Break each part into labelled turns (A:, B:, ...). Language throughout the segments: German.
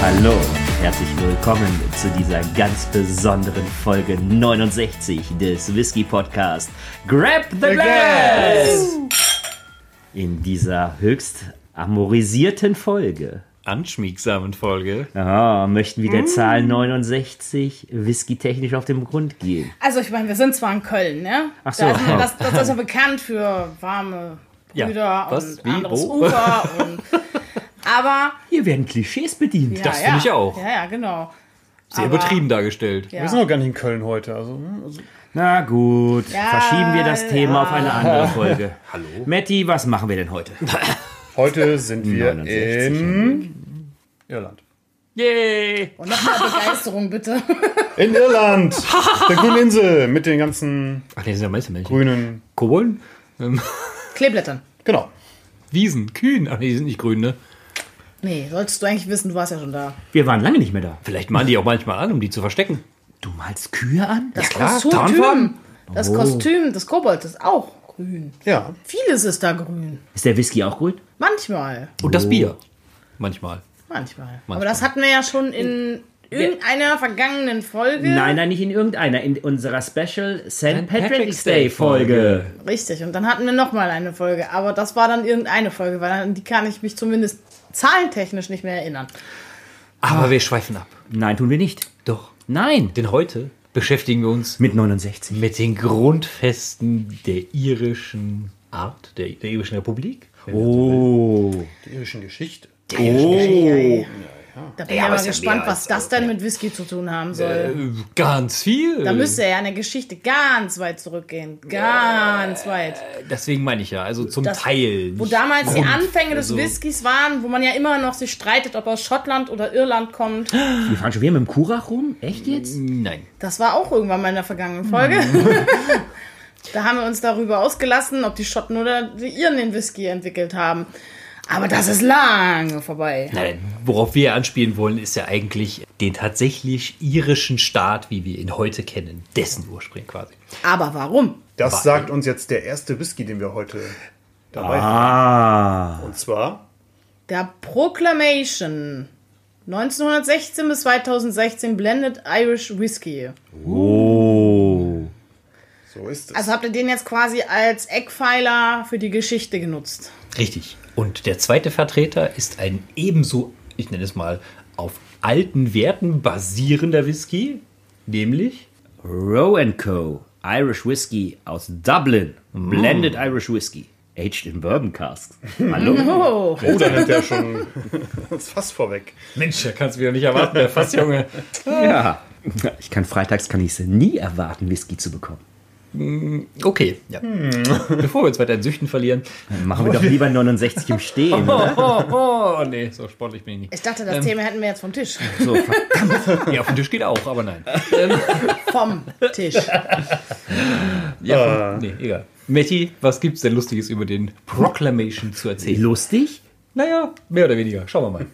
A: Hallo, herzlich willkommen zu dieser ganz besonderen Folge 69 des Whisky Podcast Grab the, Glass! In dieser höchst amorisierten Folge
B: anschmiegsamen Folge.
A: ah, möchten wir der Zahl 69 whisky technisch auf den Grund gehen.
C: Also ich meine, wir sind zwar in Köln, ne?
A: Ach so.
C: Da ist, das, das ist ja bekannt für warme
B: Ja.
C: Brüder
B: Was?
C: und
B: Wie? Oh.
C: anderes
B: Wo?
C: Ufer und aber
A: Hier werden Klischees bedient.
C: ja,
B: Das
C: ja.
B: finde ich auch.
C: Ja, ja, genau.
B: Sehr
C: Aber-
B: übertrieben dargestellt.
C: Ja.
D: Wir sind noch gar nicht in Köln heute. Also, hm, also
A: Na gut, verschieben wir das
C: ja.
A: Thema auf eine andere Folge.
B: Hallo?
A: Matti, was machen wir denn heute?
D: heute sind wir
A: 69
D: in Irland.
B: Yay!
C: Und nochmal Ah, Begeisterung bitte.
D: In Irland! der grünen Insel mit den ganzen
B: Ach, nee, sind ja Meistermännchen.
D: grünen.
B: Kohlen? Ähm,
C: Kleeblättern.
D: Genau.
B: Wiesen, Kühen. Ach, nee, die sind nicht grün, ne?
C: Nee, solltest du eigentlich wissen, du warst ja schon da.
A: Wir waren lange nicht mehr da.
B: Vielleicht malen die auch manchmal an, um die zu verstecken.
A: Du malst Kühe an?
C: Das
B: klar,
C: Kostüm.
B: Tarnfarben. Oh.
C: Das Kostüm des Kobolds ist auch grün.
D: Ja.
C: Vieles ist da grün.
A: Ist der Whisky auch grün?
C: Manchmal.
B: Und das Bier. Manchmal.
C: Manchmal. Aber
B: Manchmal.
C: das hatten wir ja schon in irgendeiner vergangenen Folge.
A: Nein, nein, nicht in irgendeiner. In unserer Special St. Patrick's,
B: Patrick's
A: Day
B: Day
A: Folge.
C: Richtig, und dann hatten wir nochmal eine Folge, aber das war dann irgendeine Folge, weil an die kann ich mich zumindest zahlentechnisch nicht mehr erinnern.
B: Aber wir schweifen ab.
A: Nein, tun wir nicht.
B: Doch.
A: Nein.
B: Denn heute beschäftigen wir uns
A: Mit 69.
B: mit den Grundfesten der irischen Art, der, der irischen Republik.
A: Oh.
D: Die irische Geschichte.
C: Oh. Da bin ich
B: Ja, aber
C: aber
B: ist ja
C: gespannt,
B: mehr
C: was
B: als-
C: das denn mit Whisky zu tun haben soll.
B: Äh, ganz viel.
C: da müsste er ja in der Geschichte ganz weit zurückgehen. Ganz weit.
B: Deswegen meine ich ja, also zum
C: Das-
B: Teil.
C: Wo
B: nicht
C: damals die
B: rund.
C: Anfänge des
B: Also-
C: Whiskys waren, wo man ja immer noch sich streitet, ob er aus Schottland oder Irland kommt.
A: Wir fahren schon wieder mit dem Kurach rum? Echt jetzt?
B: Nein.
C: Das war auch irgendwann mal in der vergangenen Folge.
B: Mhm.
C: da haben wir uns darüber ausgelassen, ob die Schotten oder die Iren den Whisky entwickelt haben. Aber das ist lange vorbei.
B: Nein, worauf wir anspielen wollen, ist ja eigentlich den tatsächlich irischen Staat, wie wir ihn heute kennen, dessen Ursprung quasi.
C: Aber warum?
D: Das sagt uns jetzt der erste Whisky, den wir heute dabei haben.
A: Ah.
D: Und zwar
C: Der Proclamation. 1916 bis 2016 Blended Irish Whisky.
A: Oh.
D: So ist es.
C: Also habt ihr den jetzt quasi als Eckpfeiler für die Geschichte genutzt.
B: Richtig. Und der zweite Vertreter ist ein ebenso, ich nenne es mal, auf alten Werten basierender Whisky, nämlich
A: Roe Co. Irish Whisky aus Dublin.
B: Mm.
A: Blended Irish Whisky. Aged in Bourbon Casks. Hallo?
C: Oh,
D: oh, da nimmt er schon das Fass vorweg.
B: Mensch, da kannst du wieder nicht erwarten, der Fassjunge.
A: ja. Ich kann freitags kann ich es nie erwarten, Whisky zu bekommen.
B: Okay, ja. Bevor wir uns weiter in Süchten verlieren.
A: Machen wir doch lieber 69 im Stehen.
B: Oh, oh, oh, nee, so sportlich bin ich nicht.
C: ich dachte, das Thema hätten wir jetzt vom Tisch.
A: So, verdammt.
B: Ja, auf dem Tisch geht auch, aber nein.
C: Vom Tisch.
B: Ja, nee, egal. Matti, was gibt's denn Lustiges über den Proclamation zu erzählen?
A: Lustig?
B: Naja, mehr oder weniger. Schauen wir mal.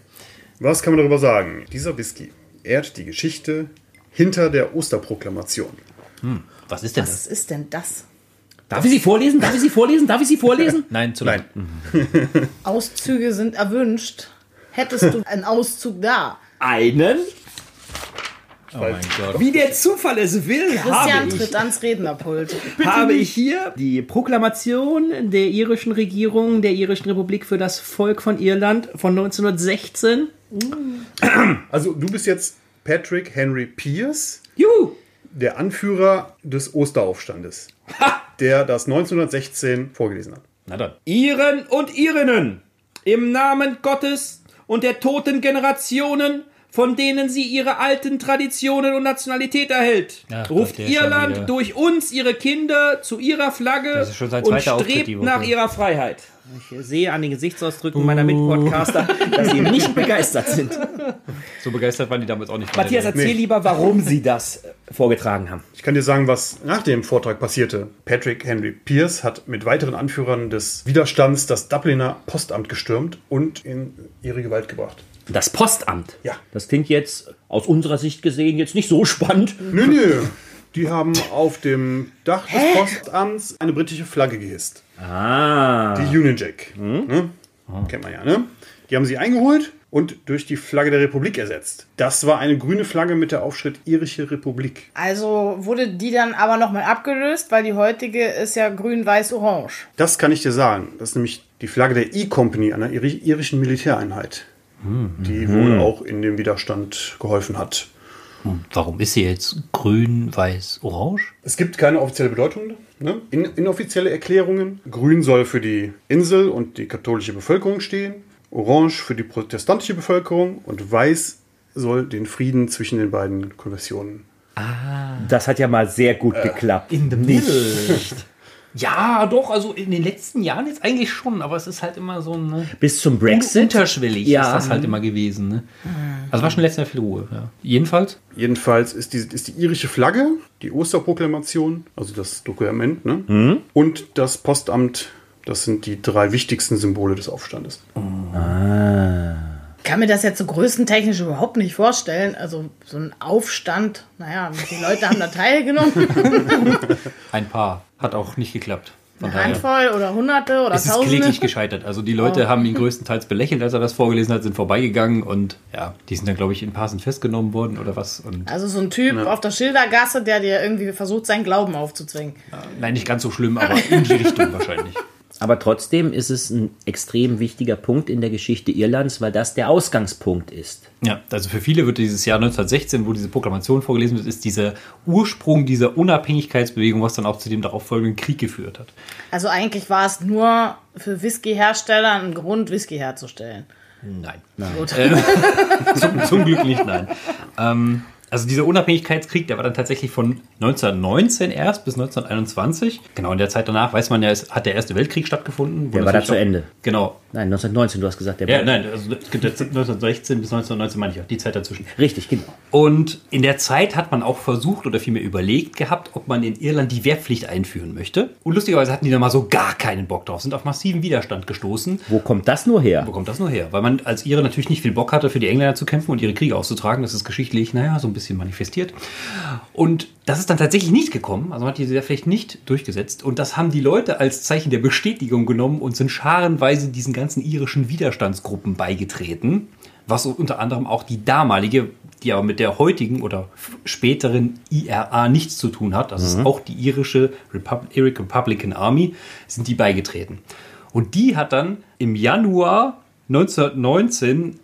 D: Was kann man darüber sagen? Dieser Whisky ehrt die Geschichte hinter der Osterproklamation.
B: Was ist denn
C: Was ist denn das?
A: Darf ich sie vorlesen? Darf ich sie vorlesen? Darf ich sie vorlesen?
B: Nein, zu
D: Nein.
B: lang.
C: Auszüge sind erwünscht. Hättest du einen Auszug da?
A: Einen?
B: Oh mein Gott.
A: Wie der Zufall es will,
C: Christian tritt ans Rednerpult.
A: habe ich hier die Proklamation der irischen Regierung der irischen Republik für das Volk von Irland von 1916.
D: Also du bist jetzt Patrick Henry Pierce,
A: Juhu!
D: der Anführer des Osteraufstandes, der das 1916 vorgelesen hat.
B: Na dann.
A: Iren und Irinnen, im Namen Gottes und der toten Generationen, von denen sie ihre alten Traditionen und Nationalität erhält,
B: Ach Gott,
A: ruft
B: der ist schon wieder-
A: Irland durch uns ihre Kinder zu ihrer Flagge
B: Das ist schon sein
A: und
B: zweiter Auftritt
A: strebt
B: die Woche.
A: nach ihrer Freiheit. Ich sehe an den Gesichtsausdrücken meiner Mitpodcaster, dass sie nicht begeistert sind.
B: So begeistert waren die damals auch nicht. von
A: Matthias,
B: der
A: erzähl lieber, warum sie das äh, vorgetragen haben.
D: Ich kann dir sagen, was nach dem Vortrag passierte. Patrick Henry Pierce hat mit weiteren Anführern des Widerstands das Dubliner Postamt gestürmt und in ihre Gewalt gebracht.
A: Das Postamt.
D: Ja.
A: Das klingt jetzt aus unserer Sicht gesehen jetzt nicht so spannend.
D: Nö, nö. Die haben auf dem Dach des Postamts eine britische Flagge gehisst.
A: Ah.
D: Die Union Jack. Ne? Kennt man ja, ne? Die haben sie eingeholt und durch die Flagge der Republik ersetzt. Das war eine grüne Flagge mit der Aufschrift Irische Republik.
C: Also wurde die dann aber nochmal abgelöst, weil die heutige ist ja grün-weiß-orange.
D: Das kann ich dir sagen. Das ist nämlich die Flagge der E-Company, einer iri- irischen Militäreinheit, die wohl auch in dem Widerstand geholfen hat.
B: Warum ist sie jetzt grün, weiß, orange?
D: Es gibt keine offizielle Bedeutung. Ne? In, inoffizielle Erklärungen. Grün soll für die Insel und die katholische Bevölkerung stehen. Orange für die protestantische Bevölkerung. Und Weiß soll den Frieden zwischen den beiden Konfessionen.
A: Das hat ja mal sehr gut geklappt.
B: Äh, In the middle. ja, doch, also in den letzten Jahren jetzt eigentlich schon, aber es ist halt immer so ein ne,
A: Bis zum
B: un-
A: Brexit.
B: unterschwellig
A: Ja.
B: ist das halt immer gewesen. Ne? Also war schon letztes Jahr viel Ruhe. Ja. Jedenfalls,
D: Jedenfalls ist die, ist die irische Flagge, die Osterproklamation, also das Dokument, ne? und das Postamt, das sind die drei wichtigsten Symbole des Aufstandes.
C: Ich kann mir das jetzt so größentechnisch überhaupt nicht vorstellen. Also so ein Aufstand, naja, wie viele Leute haben da teilgenommen?
B: ein paar hat auch nicht geklappt. Von
C: Eine Handvoll oder Hunderte oder
B: Es ist kläglich
C: Tausende?
B: gescheitert. Also die Leute haben ihn größtenteils belächelt, als er das vorgelesen hat, sind vorbeigegangen und ja, die sind dann, glaube ich, in Parsen festgenommen worden oder was. Und
C: Also so ein Typ auf der Schildergasse, der dir irgendwie versucht, seinen Glauben aufzuzwingen.
B: nein, nicht ganz so schlimm, aber in die Richtung wahrscheinlich.
A: Aber trotzdem ist es ein extrem wichtiger Punkt in der Geschichte Irlands, weil das der Ausgangspunkt ist.
B: Ja, also für viele wird dieses Jahr 1916, wo diese Proklamation vorgelesen wird, ist dieser Ursprung dieser Unabhängigkeitsbewegung, was dann auch zu dem darauffolgenden Krieg geführt hat.
C: Also eigentlich war es nur für Whiskyhersteller ein Grund, Whisky herzustellen.
B: Nein.
C: Gut.
B: Zum, zum Glück nicht, nein. Ähm, also dieser Unabhängigkeitskrieg, der war dann tatsächlich von 1919 erst bis 1921. Genau, in der Zeit danach weiß man ja, es hat der Erste Weltkrieg stattgefunden. wo
A: Der war da
B: natürlich
A: zu
B: auch-
A: Ende.
B: Genau.
A: Nein, 1919, du hast gesagt, der
B: Ja, nein, also es gibt jetzt 1916 bis 1919, meine ich auch, die Zeit dazwischen.
A: Richtig, genau.
B: Und in der Zeit hat man auch versucht oder vielmehr überlegt gehabt, ob man in Irland die Wehrpflicht einführen möchte. Und lustigerweise hatten die da mal so gar keinen Bock drauf, sind auf massiven Widerstand gestoßen.
A: Wo kommt das nur her?
B: Wo kommt das nur her? Weil man als Ire natürlich nicht viel Bock hatte, für die Engländer zu kämpfen und ihre Kriege auszutragen. Das ist geschichtlich, naja, so ein bisschen manifestiert. Und das ist dann tatsächlich nicht gekommen. Also man hat die Wehrpflicht nicht durchgesetzt. Und das haben die Leute als Zeichen der Bestätigung genommen und sind scharenweise diesen ganzen irischen Widerstandsgruppen beigetreten. Was so unter anderem auch die damalige, die aber mit der heutigen oder f- späteren IRA nichts zu tun hat, das ist auch die irische Repub Irish Republican Army, sind die beigetreten. Und die hat dann im Januar 1919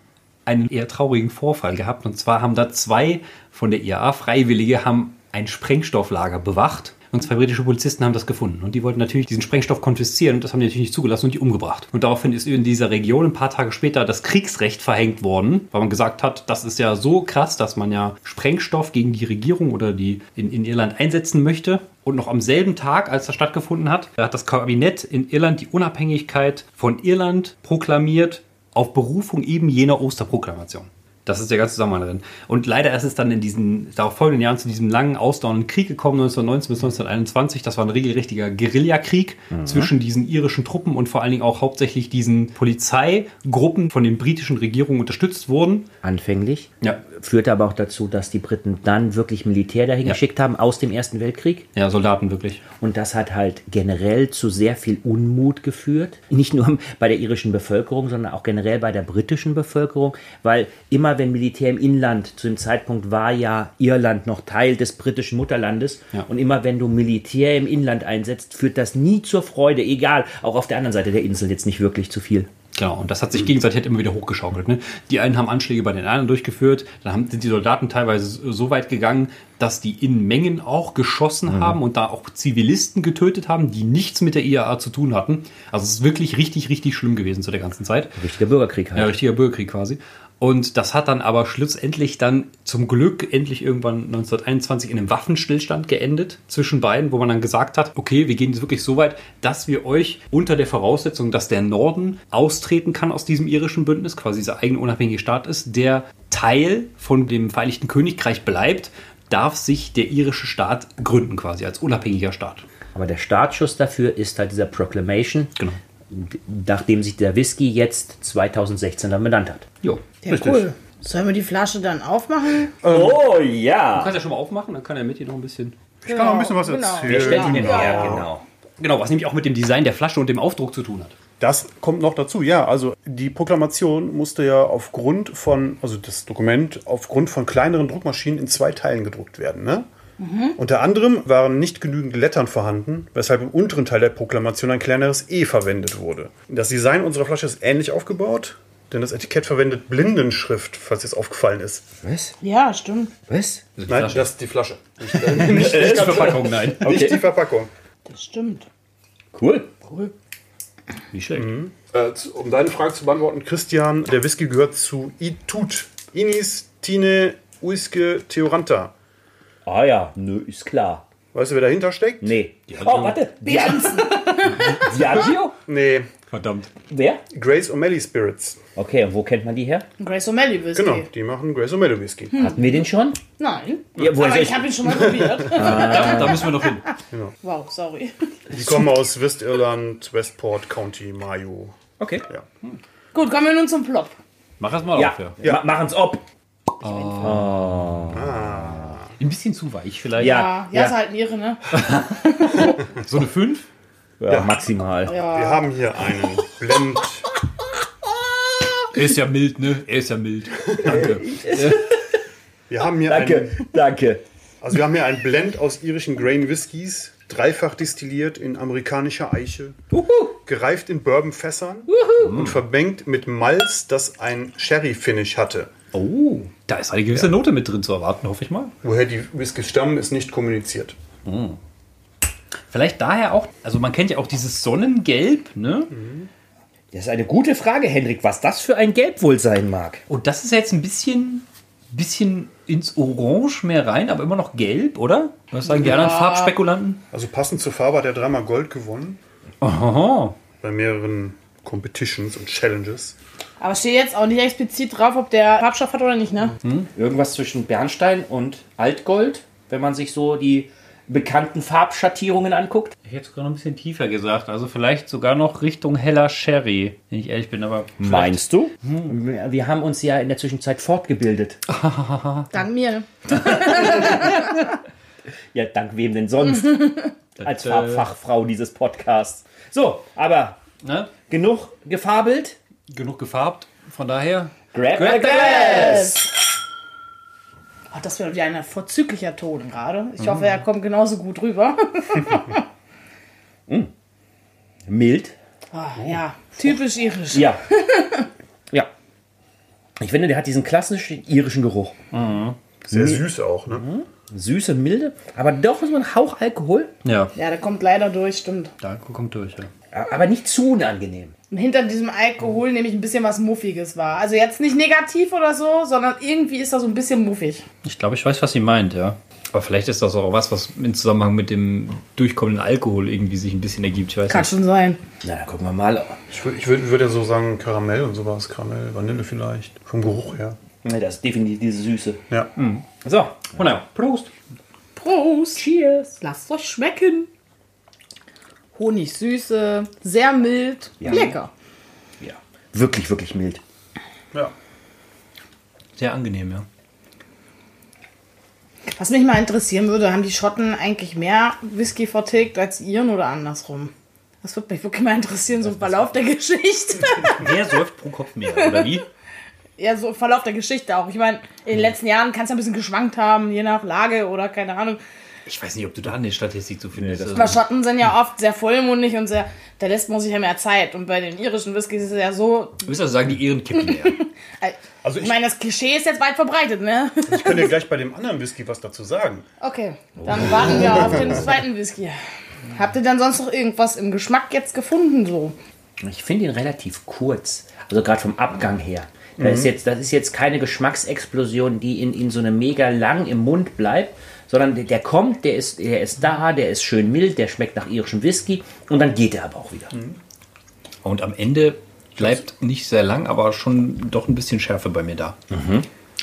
B: einen eher traurigen Vorfall gehabt. Und zwar haben da zwei von der IAA Freiwillige haben ein Sprengstofflager bewacht. Und zwei britische Polizisten haben das gefunden. Und die wollten natürlich diesen Sprengstoff konfiszieren. Und das haben die natürlich nicht zugelassen und die umgebracht. Und daraufhin ist in dieser Region ein paar Tage später das Kriegsrecht verhängt worden, weil man gesagt hat, das ist ja so krass, dass man ja Sprengstoff gegen die Regierung oder die in, in Irland einsetzen möchte. Und noch am selben Tag, als das stattgefunden hat, hat das Kabinett in Irland die Unabhängigkeit von Irland proklamiert auf Berufung eben jener Osterproklamation. Das ist der ganze Zusammenhang drin. Und leider ist es dann in diesen darauf folgenden Jahren zu diesem langen, ausdauernden Krieg gekommen, 1919 bis 1921. Das war ein regelrechtiger Guerillakrieg zwischen diesen irischen Truppen und vor allen Dingen auch hauptsächlich diesen Polizeigruppen von den britischen Regierungen unterstützt wurden.
A: Anfänglich.
B: Ja,
A: Führte aber auch dazu, dass die Briten dann wirklich Militär dahin
B: Ja.
A: geschickt haben aus dem Ersten Weltkrieg.
B: ja Soldaten wirklich.
A: Und das hat halt generell zu sehr viel Unmut geführt. Nicht nur bei der irischen Bevölkerung, sondern auch generell bei der britischen Bevölkerung. Weil immer, wenn Militär im Inland, zu dem Zeitpunkt war ja Irland noch Teil des britischen Mutterlandes.
B: Ja.
A: Und immer, wenn du Militär im Inland einsetzt, führt das nie zur Freude. Egal, auch auf der anderen Seite der Insel jetzt nicht wirklich zu viel.
B: Genau, und das hat sich gegenseitig halt immer wieder hochgeschaukelt. Ne? Die einen haben Anschläge bei den anderen durchgeführt, dann haben, sind die Soldaten teilweise so so weit gegangen, dass die in Mengen auch geschossen haben und da auch Zivilisten getötet haben, die nichts mit der IAA zu tun hatten. Also es ist wirklich richtig, richtig schlimm gewesen zu der ganzen Zeit.
A: Richtiger Bürgerkrieg halt.
B: Ja, richtiger Bürgerkrieg quasi. Und das hat dann aber schlussendlich dann zum Glück endlich irgendwann 1921 in einem Waffenstillstand geendet zwischen beiden, wo man dann gesagt hat, okay, wir gehen jetzt wirklich so weit, dass wir euch unter der Voraussetzung, dass der Norden austreten kann aus diesem irischen Bündnis, quasi dieser eigene unabhängige Staat ist, der Teil von dem Vereinigten Königreich bleibt, darf sich der irische Staat gründen quasi als unabhängiger Staat.
A: Aber der Startschuss dafür ist halt dieser Proclamation,
B: Genau.
A: nachdem sich der Whisky jetzt 2016 dann benannt hat.
B: Jo.
C: Ja, cool. Sollen wir die Flasche dann aufmachen?
A: Oh ja!
B: Kannst ja schon mal aufmachen, dann kann er mit dir noch ein bisschen
D: Ich kann noch ein bisschen was
C: Genau.
D: erzählen.
A: Stellt ihn denn her, genau.
B: Genau, was nämlich auch mit dem Design der Flasche und dem Aufdruck zu tun hat.
D: Das kommt noch dazu, ja. Also die Proklamation musste ja aufgrund von, also das Dokument, aufgrund von kleineren Druckmaschinen in zwei Teilen gedruckt werden. Ne? Unter anderem waren nicht genügend Lettern vorhanden, weshalb im unteren Teil der Proklamation ein kleineres E verwendet wurde. Das Design unserer Flasche ist ähnlich aufgebaut, denn das Etikett verwendet Blindenschrift, falls jetzt aufgefallen ist.
A: Was?
C: Ja, stimmt.
A: Was?
D: Nein, das ist die Flasche.
B: Äh, Verpackung, nein.
D: Nicht die Verpackung.
C: Das stimmt.
A: Cool.
B: Nicht schlecht.
D: Äh, zu- um deine Frage zu beantworten, Christian, der Whisky gehört zu Itut. Inis, Tine, Uiske, Theoranta.
A: Ah ja, nö, ist klar.
D: Weißt du, wer dahinter steckt?
A: Nee. Oh, warte. Dianzen. Diageo?
D: Nee,
B: Verdammt.
A: Wer?
D: Grace O'Malley Spirits.
A: Okay, und wo kennt man die her?
C: Grace O'Malley Whisky.
D: Genau, die machen Grace O'Malley Whisky.
A: Hatten wir den schon?
C: Nein.
A: Ja, woher
C: aber
A: soll
C: ich
A: ich-
C: habe ihn schon mal probiert.
B: Da, da müssen wir noch hin.
C: wow, sorry.
D: Die kommen aus Westirland, Westport County, Mayo.
A: Okay.
D: Ja.
C: Gut, kommen wir nun zum Plop.
B: Mach das mal
A: Ja,
B: auf, ja.
A: Ma machen's ob.
B: Ein bisschen zu weich vielleicht.
A: Ja,
C: Ja, ja,
A: ja.
C: ist halt ein Irre, ne?
B: So eine 5?
A: ja, maximal.
D: Wir haben hier einen Blend.
B: Er ist ja mild, ne? Er ist ja mild. Danke.
D: Wir haben hier einen,
A: Danke, danke.
D: also wir haben hier einen Blend aus irischen Grain Whiskys, dreifach destilliert in amerikanischer Eiche, gereift in Bourbonfässern und vermengt mit Malz, das ein Sherry-Finish hatte.
B: Oh, da ist eine gewisse Note mit drin zu erwarten, hoffe ich mal.
D: Woher die Whiskys stammen, ist nicht kommuniziert.
B: Vielleicht daher auch, also man kennt ja auch dieses Sonnengelb, ne?
A: Mhm. Das ist eine gute Frage, Hendrik, was das für ein Gelb wohl sein mag.
B: Und das ist ja jetzt ein bisschen, bisschen ins Orange mehr rein, aber immer noch gelb, oder? Was sagen die anderen Farbspekulanten?
D: Also passend zur Farbe hat er dreimal Gold gewonnen
B: Aha.
D: bei mehreren Competitions und Challenges.
C: Aber steht jetzt auch nicht explizit drauf, ob der Farbstoff hat oder nicht, ne?
A: Irgendwas zwischen Bernstein und Altgold, wenn man sich so die bekannten Farbschattierungen anguckt.
B: Ich hätte sogar noch ein bisschen tiefer gesagt, also vielleicht sogar noch Richtung heller Sherry, wenn ich ehrlich bin, aber.
A: Meinst du? Hm, Wir haben uns ja in der Zwischenzeit fortgebildet.
C: Dank mir. ne?
A: Ja, dank wem denn sonst? Als Farbfachfrau dieses Podcasts. So, aber
B: Ne?
A: genug gefabelt.
B: Genug gefarbt, von daher.
A: Grab,
B: Grab
A: the
B: the
A: glass!
C: Ach, Oh, das wäre wieder ein vorzüglicher Ton gerade. Ich hoffe, er kommt genauso gut rüber.
A: Mild.
C: Ah, ja, typisch irisch.
A: Ja. ja. Ich finde, der hat diesen klassischen irischen Geruch.
D: Sehr süß auch, ne?
A: Süße, milde, aber doch so ein Hauch Alkohol.
B: Ja,
C: Ja, der kommt leider durch, stimmt.
B: da kommt durch, ja.
A: Aber nicht zu unangenehm.
C: Und hinter diesem Alkohol nehme ich ein bisschen was Muffiges wahr. Also jetzt nicht negativ oder so, sondern irgendwie ist er so ein bisschen muffig.
B: Ich glaube, ich weiß, was sie meint, ja. Aber vielleicht ist das auch was, was im Zusammenhang mit dem durchkommenden Alkohol irgendwie sich ein bisschen ergibt. Ich weiß
C: Kann schon sein.
A: Na, dann gucken wir mal.
D: Ich, wür- ich würde würd ja so sagen Karamell und sowas, Karamell, Vanille vielleicht, vom Geruch her.
A: Ne, Das ist definitiv diese Süße.
D: Ja.
A: Hm. So,
B: nicht. Oh naja, Prost!
C: Prost! Cheers! Lasst euch schmecken! Honigsüße, sehr mild, lecker.
A: ja. Wirklich, wirklich mild.
D: ja.
B: Sehr angenehm, ja.
C: Was mich mal interessieren würde, haben die Schotten eigentlich mehr Whisky vertilgt als Iren oder andersrum? Das würde mich wirklich mal interessieren, so im Verlauf der Geschichte.
B: Wer säuft pro Kopf mehr, oder wie?
C: ja, so im Verlauf der Geschichte auch. Ich meine, in den letzten Jahren kann es ja ein bisschen geschwankt haben, je nach Lage oder keine Ahnung.
B: Ich weiß nicht, ob du da eine Statistik zu findest.
E: Also,
C: Aber Schotten sind ja oft sehr vollmundig und sehr, da lässt man sich ja mehr Zeit. Und bei den irischen Whiskys ist es ja so,
B: du also sagen, die Ehren kippen leer.
D: Also ich,
C: ich meine, das Klischee ist jetzt weit verbreitet, ne?
D: ich könnte ja gleich bei dem anderen Whisky was dazu sagen.
C: Okay, dann warten wir auf den zweiten Whisky. Habt ihr denn sonst noch irgendwas im Geschmack jetzt gefunden so?
A: Ich finde ihn relativ kurz. Also gerade vom Abgang her. Da
D: Mhm.
A: ist jetzt, das ist jetzt keine Geschmacksexplosion, die in, in so einem mega lang im Mund bleibt, sondern der, der kommt, der ist, der ist da, der ist schön mild, der schmeckt nach irischem Whisky und dann geht er aber auch wieder.
D: Mhm.
B: Und am Ende bleibt nicht sehr lang, aber schon doch ein bisschen Schärfe bei mir da.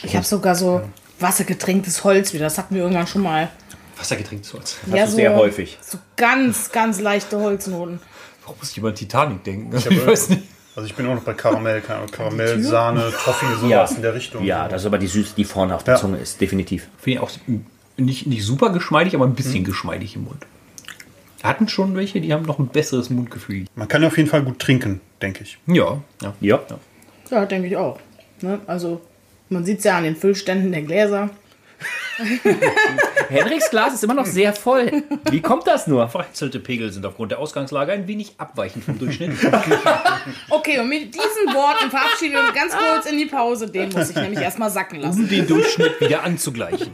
C: Ich habe sogar so wassergetränktes Holz wieder, das hatten wir irgendwann schon mal.
B: Wassergetränk zu uns.
C: ja,
A: ist sehr häufig.
C: So ganz, ganz leichte Holznoten.
B: Warum muss ich über Titanic denken? Ich, weiß nicht.
D: Also ich bin auch noch bei Karamell, keine Ahnung, Karamell, Sahne, Toffee, sowas
A: Ja.
D: in der Richtung.
A: Ja, das ist aber die Süße, die vorne auf der
D: Ja.
A: Zunge ist, definitiv.
B: Finde ich auch nicht, nicht super geschmeidig, aber ein bisschen geschmeidig im Mund.
E: Hatten schon welche, die haben noch ein besseres Mundgefühl.
D: Man kann auf jeden Fall gut trinken, denke ich.
E: Ja, ja.
A: Ja.
C: Ja, denke ich auch. Ne? Also, man sieht es ja an den Füllständen der Gläser.
A: Henriks Glas ist immer noch sehr voll. Wie kommt das nur?
E: Vereinzelte Pegel sind aufgrund der Ausgangslage ein wenig abweichend vom Durchschnitt.
C: Okay, und mit diesen Worten verabschieden wir uns ganz kurz in die Pause. Den muss ich nämlich erstmal sacken lassen.
E: um den Durchschnitt wieder anzugleichen.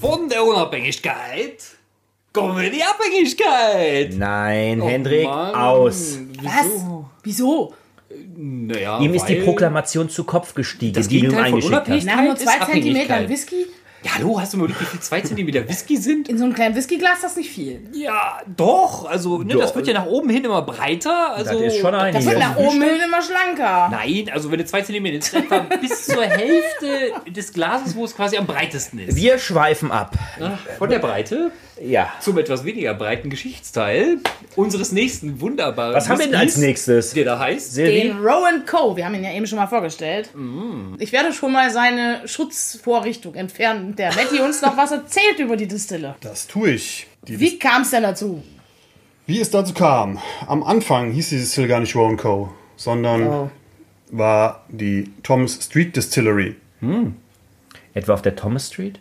E: Von der Unabhängigkeit kommen wir in die Abhängigkeit. Oh
A: Nein,
D: Oh
A: Hendrik, aus.
C: Was? Wieso?
E: Naja,
A: Ihm ist die
E: weil-
A: Proklamation zu Kopf gestiegen,
E: Das
A: die du ihm
E: Gegenteil von
A: eingeschickt hast.
E: unabhängig?
C: Nach nur
E: Ist
C: zwei Zentimetern
E: Abhängigkeit.
C: Whisky?
E: Ja, hallo, hast du mal wirklich 2 cm Whisky sind?
C: In so einem kleinen Whiskyglas das ist nicht viel.
E: Ja, doch. Also, ne, das
A: Doch.
E: wird ja nach oben hin immer breiter. Also,
A: äh, Das ist schon
C: Das
A: einiges.
C: wird nach oben hin immer schlanker.
E: Nein, also wenn du 2 cm ist, etwa bis zur Hälfte des Glases, wo es quasi am breitesten ist.
A: Wir schweifen ab.
E: Von der Breite
A: Ja.
E: zum etwas weniger breiten Geschichtsteil unseres nächsten wunderbaren
A: Was haben wir denn als
E: Whiskys,
A: nächstes?
E: Der da heißt
A: Silvi?
C: Den Rowan Co. Wir haben ihn ja eben schon mal vorgestellt.
A: Mm.
C: Ich werde schon mal seine Schutzvorrichtung entfernen. Der Matti uns noch was erzählt über die Distille.
D: Das tue ich. Die
C: Wie kam es denn dazu?
D: Wie es dazu kam, am Anfang hieß die Distillery gar nicht Rowan Co., sondern war die Tom's Street Distillery.
A: Etwa auf der Thomas Street?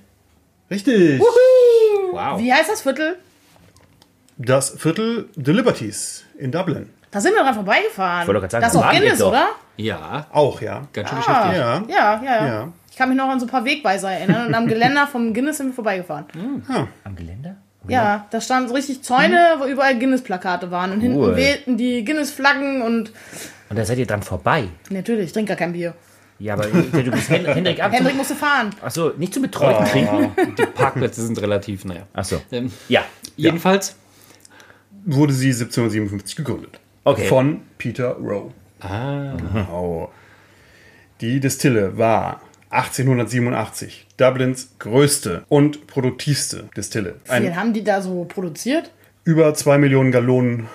D: Richtig.
A: Wow.
C: Wie heißt das Viertel?
D: Das Viertel The Liberties in Dublin.
C: Da sind wir dran vorbeigefahren.
A: Ich wollte doch gerade sagen,
C: das ist auch
A: waren wir
C: Guinness,
A: doch.
C: oder?
E: Ja,
D: Auch, ja.
E: ganz schön beschäftigt.
D: Ja.
C: Ja, ja, ja.
D: Ja.
C: Ich kann mich noch an so ein paar Wegweiser erinnern. Und am Geländer vom Guinness sind wir vorbeigefahren.
A: Hm? Am Geländer?
C: Ja, da standen so richtig Zäune, wo überall Guinness-Plakate waren. Und hinten
A: Cool.
C: wehten die Guinness-Flaggen und
A: Und da seid ihr dran vorbei.
C: natürlich, ich trinke gar kein Bier.
A: Ja, aber äh, du bist Hen Hendrik ab.
C: Hendrik musste fahren.
A: Achso, nicht zum Betreuten trinken.
E: Die Parkplätze sind relativ, naja.
A: Achso.
E: Ähm,
A: Ja.
E: jedenfalls,
D: Wurde sie 1757 gegründet.
A: Okay.
D: Von Peter Rowe. Ah. Genau. Die Distille war 1887 Dublins größte und produktivste Distille.
C: Wie
D: Ein
C: haben die da so produziert?
D: über 2 Millionen Gallonen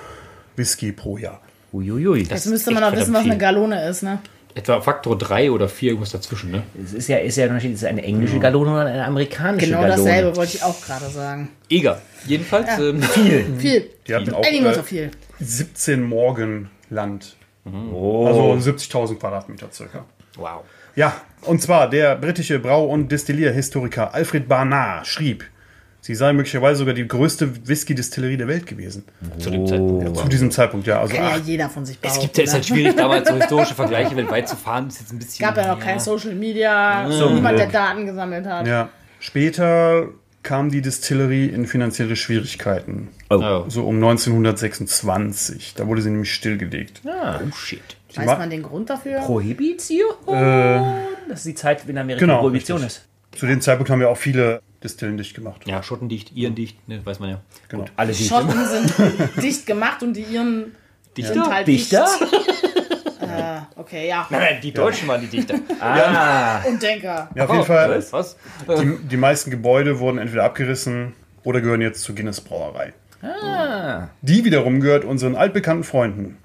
D: Whisky pro Jahr.
A: Uiuiui.
C: Jetzt müsste man
E: echt
C: doch wissen, was
E: verdammt
C: eine Gallone ist, ne?
E: etwa Faktor 3 oder 4, irgendwas dazwischen, ne?
A: Es ist ja, ist ja ein Unterschied, ist es eine englische Gallone oder eine amerikanische
C: Genau
A: Gallone.
C: dasselbe wollte ich auch gerade sagen.
E: Egal. Jedenfalls, ähm,
C: Viel.
D: Die hatten Mhm. auch
C: Einigen wir uns
D: äh,
C: auf viel.
D: 17 Morgen Land. Also 70.000 Quadratmeter circa.
E: wow.
D: Ja, und zwar der britische Brau- und Destillierhistoriker Alfred Barnard schrieb, sie sei möglicherweise sogar die größte Whisky-Distillerie der Welt gewesen.
E: Zu dem Zeitpunkt.
D: Zu diesem Zeitpunkt, ja. Also
C: Kann ja
D: ach,
C: jeder von sich behaupten. ne?
E: Es gibt ja, ist halt schwierig, damals so historische Vergleiche weltweit zu fahren, ist jetzt ein bisschen.
C: gab ja noch kein Social Media,
D: Mhm.
C: niemand, der Daten gesammelt hat.
D: ja. Später kam die Distillerie in finanzielle Schwierigkeiten.
E: Oh,
D: So um 1926. Da wurde sie nämlich stillgelegt.
E: oh shit.
C: Weiß
D: ma-
C: man den Grund dafür?
A: Prohibition? das ist die Zeit, in Amerika
D: genau,
A: Prohibition
D: richtig.
A: ist.
D: Zu dem Zeitpunkt haben wir auch viele Distillen dicht gemacht.
E: Ja, schottendicht, irendicht, ne, weiß man ja.
A: Alle die
C: Schotten sind dicht gemacht und die Iren
E: Dichter?
C: sind halt
A: Dichter?
C: dicht. Okay, ja.
E: Nein, die Deutschen waren die Dichter.
A: Ah,
C: Und Denker.
D: Ja, auf jeden Fall.
E: Was? Was?
D: Die, die meisten Gebäude wurden entweder abgerissen oder gehören jetzt zur Guinness Brauerei. Die wiederum gehört unseren altbekannten Freunden.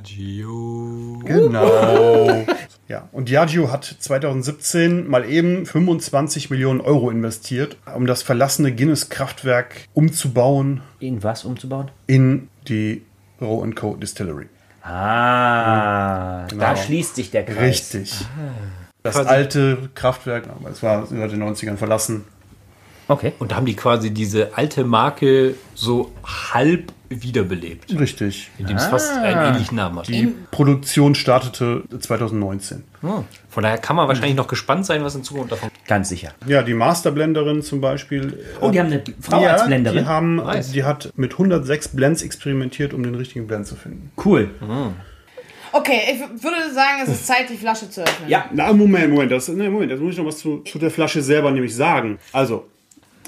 E: Diageo.
D: Genau. ja, und Diageo hat 2017 mal eben 25 Millionen Euro investiert, um das verlassene Guinness-Kraftwerk umzubauen
A: in was umzubauen?
D: in die Roe Co. Distillery.
A: Ah, da schließt sich der Kreis.
D: Richtig. Das alte Kraftwerk, aber es war seit den 90ern verlassen.
A: Okay.
E: Und da haben die quasi diese alte Marke so halb wiederbelebt,
D: Richtig.
E: indem es fast einen ähnlichen Namen hat.
D: Die Produktion startete 2019.
E: Hm. Von daher kann man wahrscheinlich noch gespannt sein, was in Zukunft davon
A: Ganz sicher.
D: Ja, die Masterblenderin zum Beispiel.
A: Oh, die haben eine Frau
D: ja,
A: als ne? Blenderin.
D: Die, haben,
E: Nice.
D: die hat mit 106 Blends experimentiert, um den richtigen Blend zu finden.
A: cool.
C: Okay, ich w- würde sagen, es ist Zeit, die Flasche zu öffnen.
A: Ja.
D: Na, Moment, Moment, das, nee, Moment, das muss ich noch was zu, zu der Flasche selber nämlich sagen. Also,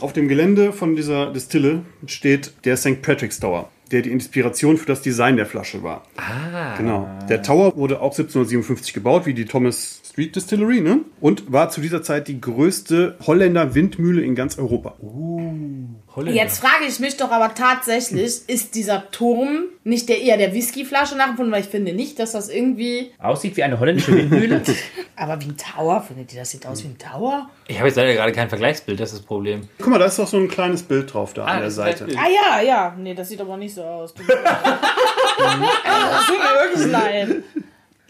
D: auf dem Gelände von dieser Distille steht der St. Patrick's Tower, der die Inspiration für das Design der Flasche war. Ah. Genau. Der Tower wurde auch 1757 gebaut, wie die Thomas Street Distillery, ne? Und war zu dieser Zeit die größte Holländer Windmühle in ganz Europa.
E: Holländer.
C: Jetzt frage ich mich doch aber tatsächlich, ist dieser Turm nicht der eher der Whiskyflasche nachempfunden? Weil ich finde nicht, dass das irgendwie.
A: Aussieht wie eine holländische Windmühle.
C: Aber wie ein Tower, findet ihr das sieht aus wie ein Tower?
F: Ich habe jetzt leider gerade kein Vergleichsbild, das ist das Problem.
D: Guck mal, da ist doch so ein kleines Bild drauf da an der
F: das
D: Seite.
F: Bild.
C: Ah ja, ja. Nee, das sieht aber nicht so aus. Tut mir leid. Also, das tut mir wirklich leid.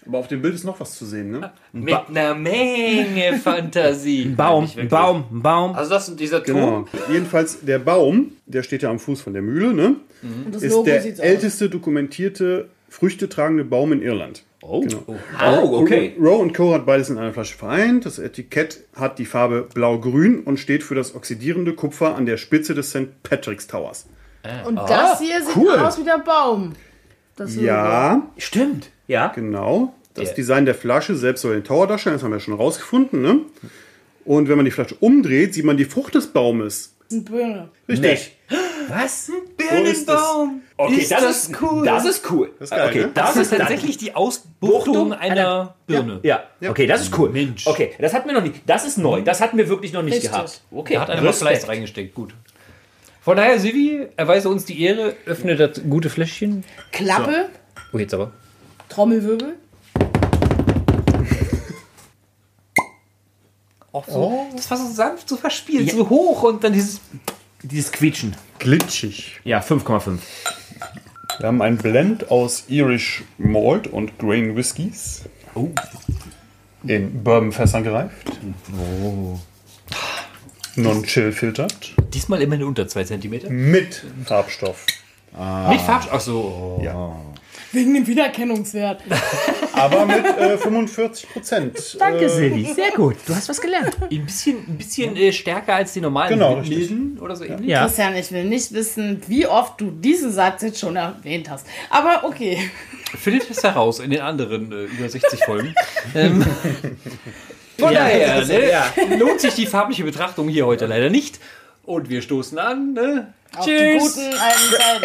D: Aber auf dem Bild ist noch was zu sehen, ne?
F: Mit einer Menge Fantasie.
E: Oh,
A: Baum,
F: Nicht wirklich.
A: Baum, Baum.
F: Also das und dieser
D: Genau.
F: Turm.
D: Jedenfalls der Baum, der steht ja am Fuß von der Mühle, ne?
C: Und das
D: Ist
C: Logo
D: der
C: sieht aus.
D: älteste dokumentierte früchtetragende Baum in Irland.
E: Oh,
F: Oh, okay.
D: Rowe und Co. hat beides in einer Flasche vereint. Das Etikett hat die Farbe blau-grün und steht für das oxidierende Kupfer an der Spitze des St. Patrick's Towers.
C: Und das hier sieht
D: Ah, cool.
C: aus wie der Baum. Das Logo.
D: Ja,
A: Stimmt. Ja.
D: genau. Das Design der Flasche selbst soll den Tower darstellen, das haben wir ja schon rausgefunden. Ne? Und wenn man die Flasche umdreht, sieht man die Frucht des Baumes.
C: Das sind Birne.
D: Richtig.
A: Was?
D: Birnenbaum.
A: Oh,
E: Okay,
F: Ist das cool?
E: Das ist cool.
D: ist geil,
A: Okay,
D: ne?
A: das ist tatsächlich.
E: tatsächlich die Ausbuchtung einer Birne.
A: Ja, okay, das ist cool.
E: Mensch.
A: Okay, das hatten wir noch nicht. Das ist neu. Das hatten wir wirklich noch nicht
C: Richtig.
A: gehabt. Okay,
E: Er hat einfach Fleiß
A: Respekt.
E: reingesteckt, gut. Von daher, Sivi, erweise uns die Ehre, öffne das gute Fläschchen.
C: Klappe,
E: Oh, jetzt aber.
C: Trommelwirbel.
E: Auch so, Das war so sanft, so verspielt, so hoch und dann dieses.
A: Dieses Quietschen.
D: Glitschig.
A: Ja, 5,5.
D: Wir haben einen Blend aus Irish Malt und Grain Whiskies. In Bourbonfässern gereift. Oh. Non-chill filtert.
E: Diesmal immerhin unter 2 cm.
D: Mit Farbstoff.
E: Mit Farb. Ach so.
C: Wegen dem Wiedererkennungswert.
D: Aber mit äh, 45 Prozent.
A: Danke, Silvi. Sehr gut. Du hast was gelernt.
E: Ein bisschen, ein bisschen äh, stärker als die normalen
D: Genau,
E: Milden
D: richtig.
E: oder so ähnlich.
A: Ja.
C: Christian, ich will nicht wissen, wie oft du diesen Satz jetzt schon erwähnt hast. Aber okay.
E: Findet es heraus in den anderen äh, über 60 Folgen. ähm, von
A: Ja,
E: daher
A: das ist-
E: ne,
A: ja.
E: lohnt sich die farbliche Betrachtung hier heute leider nicht. Und wir stoßen an. Ne?
C: Auf die guten alten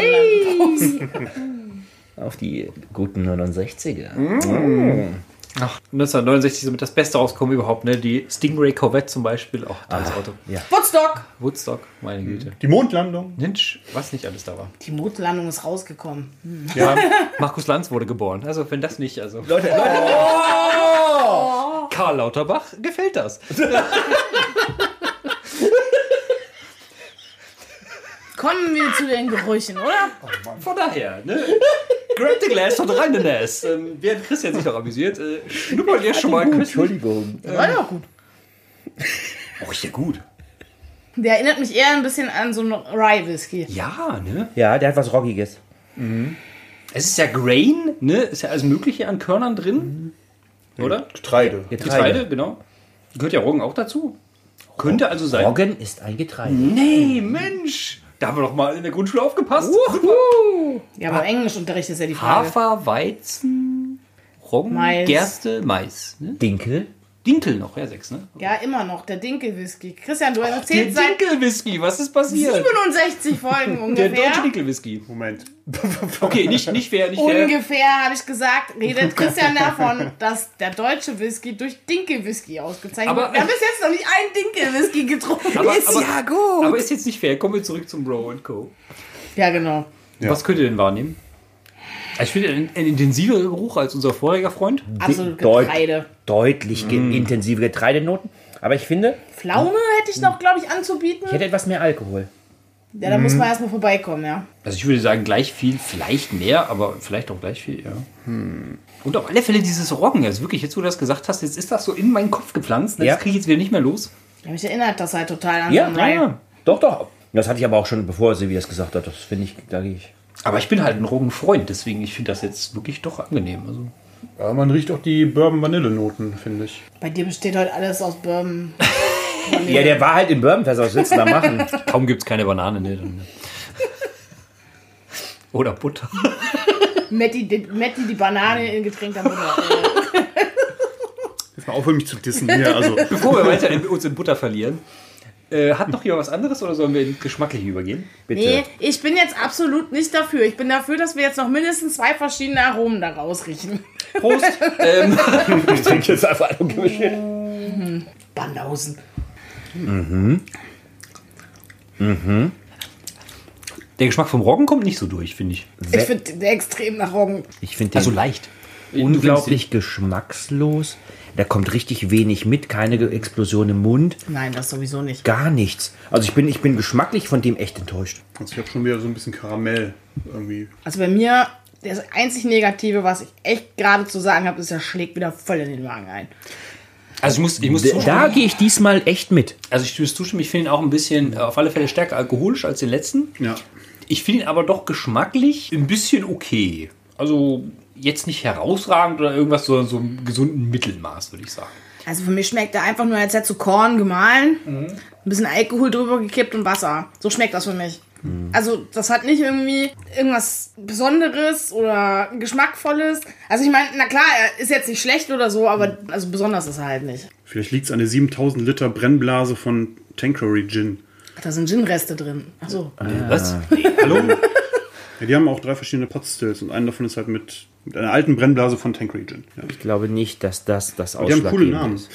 C: Zeiten. Mann. Prost.
A: Auf die guten 69er.
E: Ach, 1969 somit das Beste rauskommen überhaupt. Ne? Die Stingray Corvette zum Beispiel. Auch tolles Auto.
C: Woodstock.
E: Woodstock, meine Güte.
D: Die Mondlandung.
E: Ninch, Mhm. was nicht alles da war.
C: Die Mondlandung ist rausgekommen.
E: Markus Lanz wurde geboren. Also, wenn das nicht, also. Oh! Karl Lauterbach gefällt das.
C: Kommen wir zu den Gerüchen, oder?
E: Von daher, ne? Grab the glass und rein in das. Ähm, während Christian sich noch amüsiert, äh, schnuppert ihr schon mal Christian.
A: Entschuldigung.
C: War ja gut.
E: Oh, hier gut.
C: Der erinnert mich eher ein bisschen an so einen Rye-Whisky.
E: Ja, ne?
A: Ja, der hat was Roggiges.
E: Es ist ja Grain, ne? Ist ja alles Mögliche an Körnern drin. Oder?
D: Getreide.
E: Getreide, genau. Gehört ja Roggen auch dazu. Könnte also sein.
A: Roggen ist ein Getreide.
E: Mhm. Nee, Mensch! Da haben wir doch mal in der Grundschule aufgepasst.
C: Ja, aber im Englischunterricht ist ja die Frage.
E: Ah. Hafer, Weizen, Roggen,
C: Mais.
E: Gerste, Mais. Ne?
A: Dinkel.
E: Dinkel noch, ja, sechs, ne?
C: Ja, immer noch, der Dinkel-Whisky. Christian, du
E: Der
C: erzählst seit
E: Dinkelwhisky, was ist passiert?
C: 67 Folgen
E: Der
C: ungefähr.
E: deutsche Dinkelwhisky.
D: Moment.
E: Okay, nicht, nicht fair, nicht fair.
C: Ungefähr habe ich gesagt, redet Christian davon, dass der deutsche Whisky durch Dinkel-Whisky ausgezeichnet
E: Aber-
C: wird. Wir haben bis jetzt noch nicht einen Dinkel-Whisky getrunken.
E: Aber-
C: ist
E: aber-
C: ja gut.
E: Aber ist jetzt nicht fair. Kommen wir zurück zum Bro und Co.
C: ja, genau.
E: Was könnt ihr denn wahrnehmen? Also Ich finde ein, ein intensiver Geruch als unser vorheriger Freund.
C: Absolut
A: Deut-
C: Getreide.
A: Deutlich ge intensive Getreidenoten. Aber ich finde,
C: Pflaume hätte ich
E: Hm.
C: noch, glaube ich, anzubieten.
A: ich hätte etwas mehr Alkohol.
C: Ja, da muss
E: Hm.
C: man erstmal vorbeikommen, ja.
E: Also ich würde sagen, gleich viel, vielleicht mehr, aber vielleicht auch gleich viel, ja. Und auf alle Fälle dieses Roggen. Also wirklich, jetzt wo du das gesagt hast, jetzt ist das so in meinen Kopf gepflanzt. ne?
A: Ja.
E: Das kriege ich jetzt wieder nicht mehr los.
C: Ja, mich erinnert das halt total an
A: Ja,
C: so einen Rye.
A: ja. Doch, doch. Das hatte ich aber auch schon, bevor Silvi das gesagt hat. Das finde ich, da gehe ich.
E: Aber ich bin halt ein Roggenfreund, deswegen ich finde das jetzt wirklich doch angenehm. Also
D: Aber man riecht auch die Bourbon-Vanille-Noten, finde ich.
C: Bei dir besteht heute alles aus Birnen.
A: Ja, der war halt in Birmingham, was willst du da machen?
E: kaum gibt es keine Banane, ne? Dann, ne? Oder Butter.
C: Matti, die- Matti die Banane in getränkter Mutter.
D: Jetzt mal aufhören, mich zu dissen hier. Also,
E: Bevor wir weiter in, uns in Butter verlieren, Äh, hat noch jemand was anderes oder sollen wir in geschmacklich übergehen?
A: Bitte.
C: Nee, ich bin jetzt absolut nicht dafür. Ich bin dafür, dass wir jetzt noch mindestens zwei verschiedene Aromen daraus riechen.
E: Prost! ähm,
A: Ich trinke jetzt einfach einen Gemisch.
C: Banausen.
E: der Geschmack vom Roggen kommt nicht so durch, finde ich.
C: Ich finde den extrem nach Roggen.
A: Ich finde den
E: Also leicht.
A: unglaublich geschmackslos. Da kommt richtig wenig mit, keine Ge- Explosion im Mund,
C: Nein, das sowieso nicht.
A: gar nichts. Also ich bin, ich bin geschmacklich von dem echt enttäuscht.
D: Also ich habe schon wieder so ein bisschen Karamell irgendwie.
C: Also bei mir, das einzig Negative, was ich echt gerade zu sagen habe, ist, er schlägt wieder voll in den Magen ein.
E: Also ich muss, ich muss
A: D-
E: zustimmen.
A: Da gehe ich diesmal echt mit.
E: Also ich muss zustimmen, ich finde ihn auch ein bisschen äh, auf alle Fälle stärker alkoholisch als den letzten.
D: Ja.
E: Ich finde ihn aber doch geschmacklich ein bisschen okay. Also jetzt nicht herausragend oder irgendwas, sondern so im gesunden Mittelmaß, würde ich sagen.
C: Also für mich schmeckt er einfach nur, als hättest du Korn gemahlen, ein bisschen Alkohol drüber gekippt und Wasser. So schmeckt das für mich. Also das hat nicht irgendwie irgendwas Besonderes oder Geschmackvolles. Also ich meine, na klar, er ist jetzt nicht schlecht oder so, aber also besonders ist er halt nicht.
D: Vielleicht liegt es an der 7000 Liter Brennblase von Tanqueray Gin.
C: Ach, da sind Gin-Reste drin. Achso.
A: Ah.
E: Was? Also Nee, hallo?
D: Ja, die haben auch drei verschiedene Potstills und einen davon ist halt mit, mit einer alten Brennblase von Tanqueray Gin. Ja.
A: Ich glaube nicht, dass das das
D: Die haben coole
A: ausschlaggebend
D: Namen.
A: ist.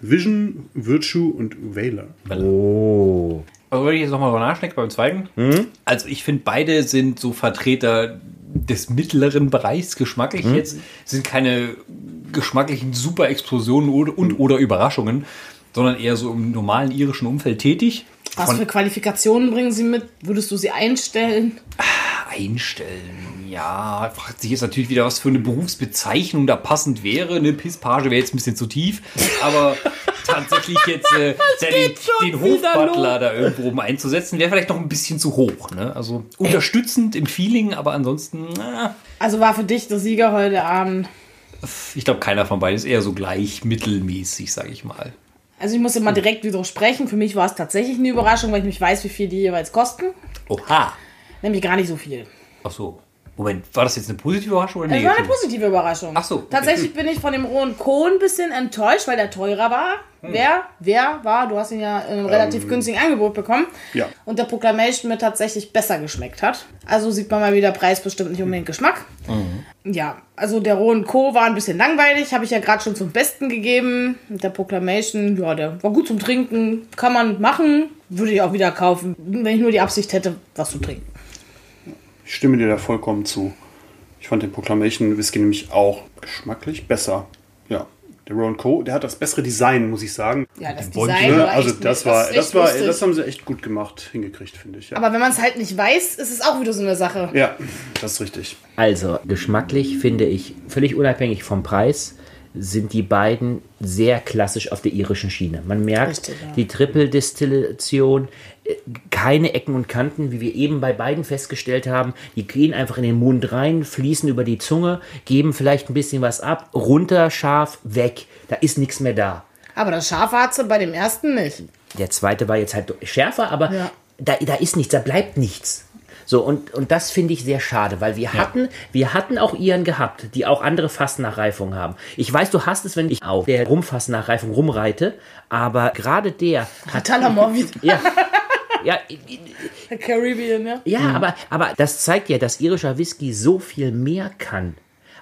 D: Vision, Virtue und Valor.
A: Oh.
E: Also wenn ich jetzt nochmal drüber nachdenke beim zweiten.
A: Mhm.
E: Also ich finde, beide sind so Vertreter des mittleren Bereichs geschmacklich
A: Mhm.
E: jetzt. Sind keine geschmacklichen Super-Explosionen und, und oder Überraschungen, sondern eher so im normalen irischen Umfeld tätig.
C: Was für Qualifikationen bringen sie mit? Würdest du sie einstellen?
E: Einstellen, ja. Fragt sich jetzt natürlich wieder, was für eine Berufsbezeichnung da passend wäre. Eine Pisspage wäre jetzt ein bisschen zu tief, aber tatsächlich jetzt äh, ja, den, den Hofbutler da irgendwo oben einzusetzen, wäre vielleicht noch ein bisschen zu hoch. Ne? Also unterstützend im Feeling, aber ansonsten, na,
C: Also war für dich der Sieger heute Abend.
E: ich glaube, keiner von beiden ist eher so gleich mittelmäßig, sage ich mal.
C: Also ich muss immer direkt widersprechen. Für mich war es tatsächlich eine Überraschung, weil ich nicht weiß, wie viel die jeweils kosten.
E: Oha!
C: Nämlich gar nicht so viel.
E: Ach so. Moment, war das jetzt eine positive Überraschung oder
C: Das war eine
E: negative?
C: positive Überraschung.
E: Ach so, okay.
C: Tatsächlich bin ich von dem rohen Kohn ein bisschen enttäuscht, weil der teurer war.
E: Hm.
C: Wer? Wer war? Du hast ihn ja in einem
E: Ähm,
C: relativ günstigen Angebot bekommen.
D: ja.
C: Und der Proclamation mir tatsächlich besser geschmeckt hat. Also sieht man mal wieder, Preis bestimmt nicht unbedingt Geschmack.
E: Mhm.
C: Ja, also der rohen Co. war ein bisschen langweilig, habe ich ja gerade schon zum Besten gegeben. Und der Proclamation, ja, der war gut zum Trinken, kann man machen. Würde ich auch wieder kaufen, wenn ich nur die Absicht hätte, was zu trinken.
D: Ich stimme dir da vollkommen zu. Ich fand den Proclamation Whisky nämlich auch geschmacklich besser. Ja. Der Ron Co., der hat das bessere Design, muss ich sagen.
C: Ja, das
E: Bäumchen,
C: Design
D: Ne?
C: war
D: also
C: echt-
D: das war,
C: ist echt
D: das war,
C: lustig.
D: das haben sie echt gut gemacht, hingekriegt, finde ich. Ja.
C: Aber wenn man es halt nicht weiß, ist es auch wieder so eine Sache.
D: ja, das ist richtig.
A: Also, geschmacklich finde ich, völlig unabhängig vom Preis, sind die beiden sehr klassisch auf der irischen Schiene. Man merkt
C: Richtig, ja.
A: die Triple-Destillation, äh, keine Ecken und Kanten, wie wir eben bei beiden festgestellt haben. Die gehen einfach in den Mund rein, fließen über die Zunge, geben vielleicht ein bisschen was ab, runter, scharf, weg. Da ist nichts mehr da.
C: Aber das Schaf hat sie bei dem ersten nicht.
A: Der zweite war jetzt halt schärfer, aber
C: Ja.
A: da, da ist nichts, da bleibt nichts. So, und, und das finde ich sehr schade, weil wir hatten, wir hatten auch Iren gehabt, die auch andere Fassnachreifungen haben. Ich weiß, du hast es, wenn ich auf der Rumfassnachreifung rumreite, aber gerade der hat.
C: Talamor wieder.
A: Ja, ja,
C: Caribbean, ja.
A: ja aber, aber das zeigt ja, dass irischer Whisky so viel mehr kann,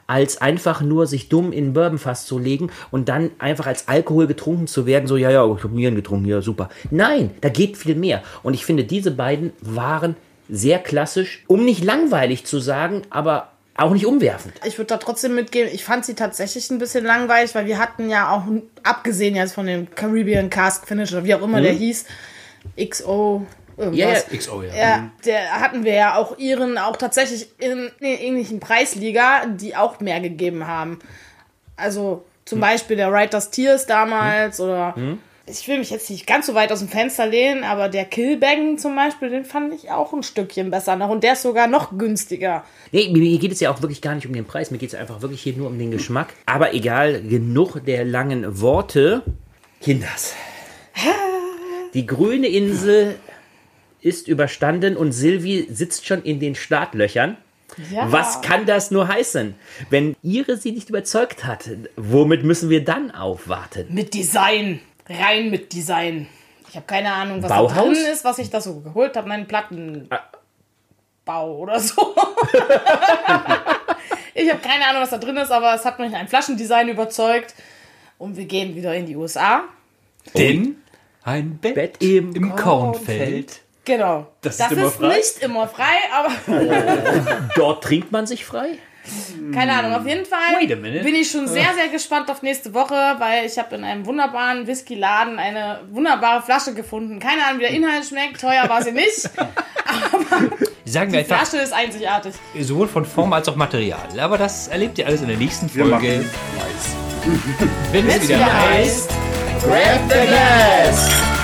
A: als einfach nur sich dumm in ein Bourbonfass zu legen und dann einfach als Alkohol getrunken zu werden. So, ja, ja, ich habe Nieren getrunken, ja, super. Nein, da geht viel mehr. Und ich finde, diese beiden waren sehr klassisch, um nicht langweilig zu sagen, aber auch nicht umwerfend.
C: Ich würde da trotzdem mitgehen. Ich fand sie tatsächlich ein bisschen langweilig, weil wir hatten ja auch, abgesehen jetzt von dem Caribbean Cask Finish oder wie auch immer der hieß, XO. Irgendwas.
A: Mhm. Ja, ja,
E: XO, ja.
C: Ja, der hatten wir ja auch ihren, auch tatsächlich in einer ähnlichen Preisliga, die auch mehr gegeben haben. Also zum Beispiel der Writers Tears damals oder ich will mich jetzt nicht ganz so weit aus dem Fenster lehnen, aber der Killbang zum Beispiel, den fand ich auch ein Stückchen besser noch und der ist sogar noch günstiger.
A: Nee, mir- mir geht es ja auch wirklich gar nicht um den Preis, mir geht es einfach wirklich hier nur um den Geschmack. Aber egal, genug der langen Worte. Kinders. Die grüne Insel ist überstanden und Silvi sitzt schon in den Startlöchern.
C: Ja.
A: Was kann das nur heißen? Wenn ihre sie nicht überzeugt hat, womit müssen wir dann aufwarten?
C: Mit Design, rein mit Design. Ich Ich habe keine Ahnung, was da
A: Bauhaus?
C: drin ist, was ich da so geholt habe. Nein, Plattenbau
D: Ah.
C: oder so. ich habe keine Ahnung, was da drin ist, aber es hat mich ein Flaschendesign überzeugt. Und wir gehen wieder in die USA.
E: Denn ein Bett,
A: Bett
E: im,
A: im
E: Kornfeld.
C: Genau.
D: Das ist immer frei?
C: nicht immer frei, aber
A: Dort trinkt man sich frei?
C: keine Ahnung. Auf jeden Fall
D: Hm. Wait a minute. Ah.
C: bin ich schon sehr, sehr gespannt auf nächste Woche, weil ich habe in einem wunderbaren Whisky-Laden eine wunderbare Flasche gefunden. Keine Ahnung, wie der Inhalt schmeckt. Teuer war sie nicht.
E: Sagen wir einfach,
C: Flasche ist einzigartig.
E: sowohl von Form als auch Material. Aber das erlebt ihr alles in der nächsten
G: Wir
E: Folge.
G: machen Weiß.
E: Wenn es wieder
C: wieder
E: heißt.
C: heißt,
D: Grab the glass!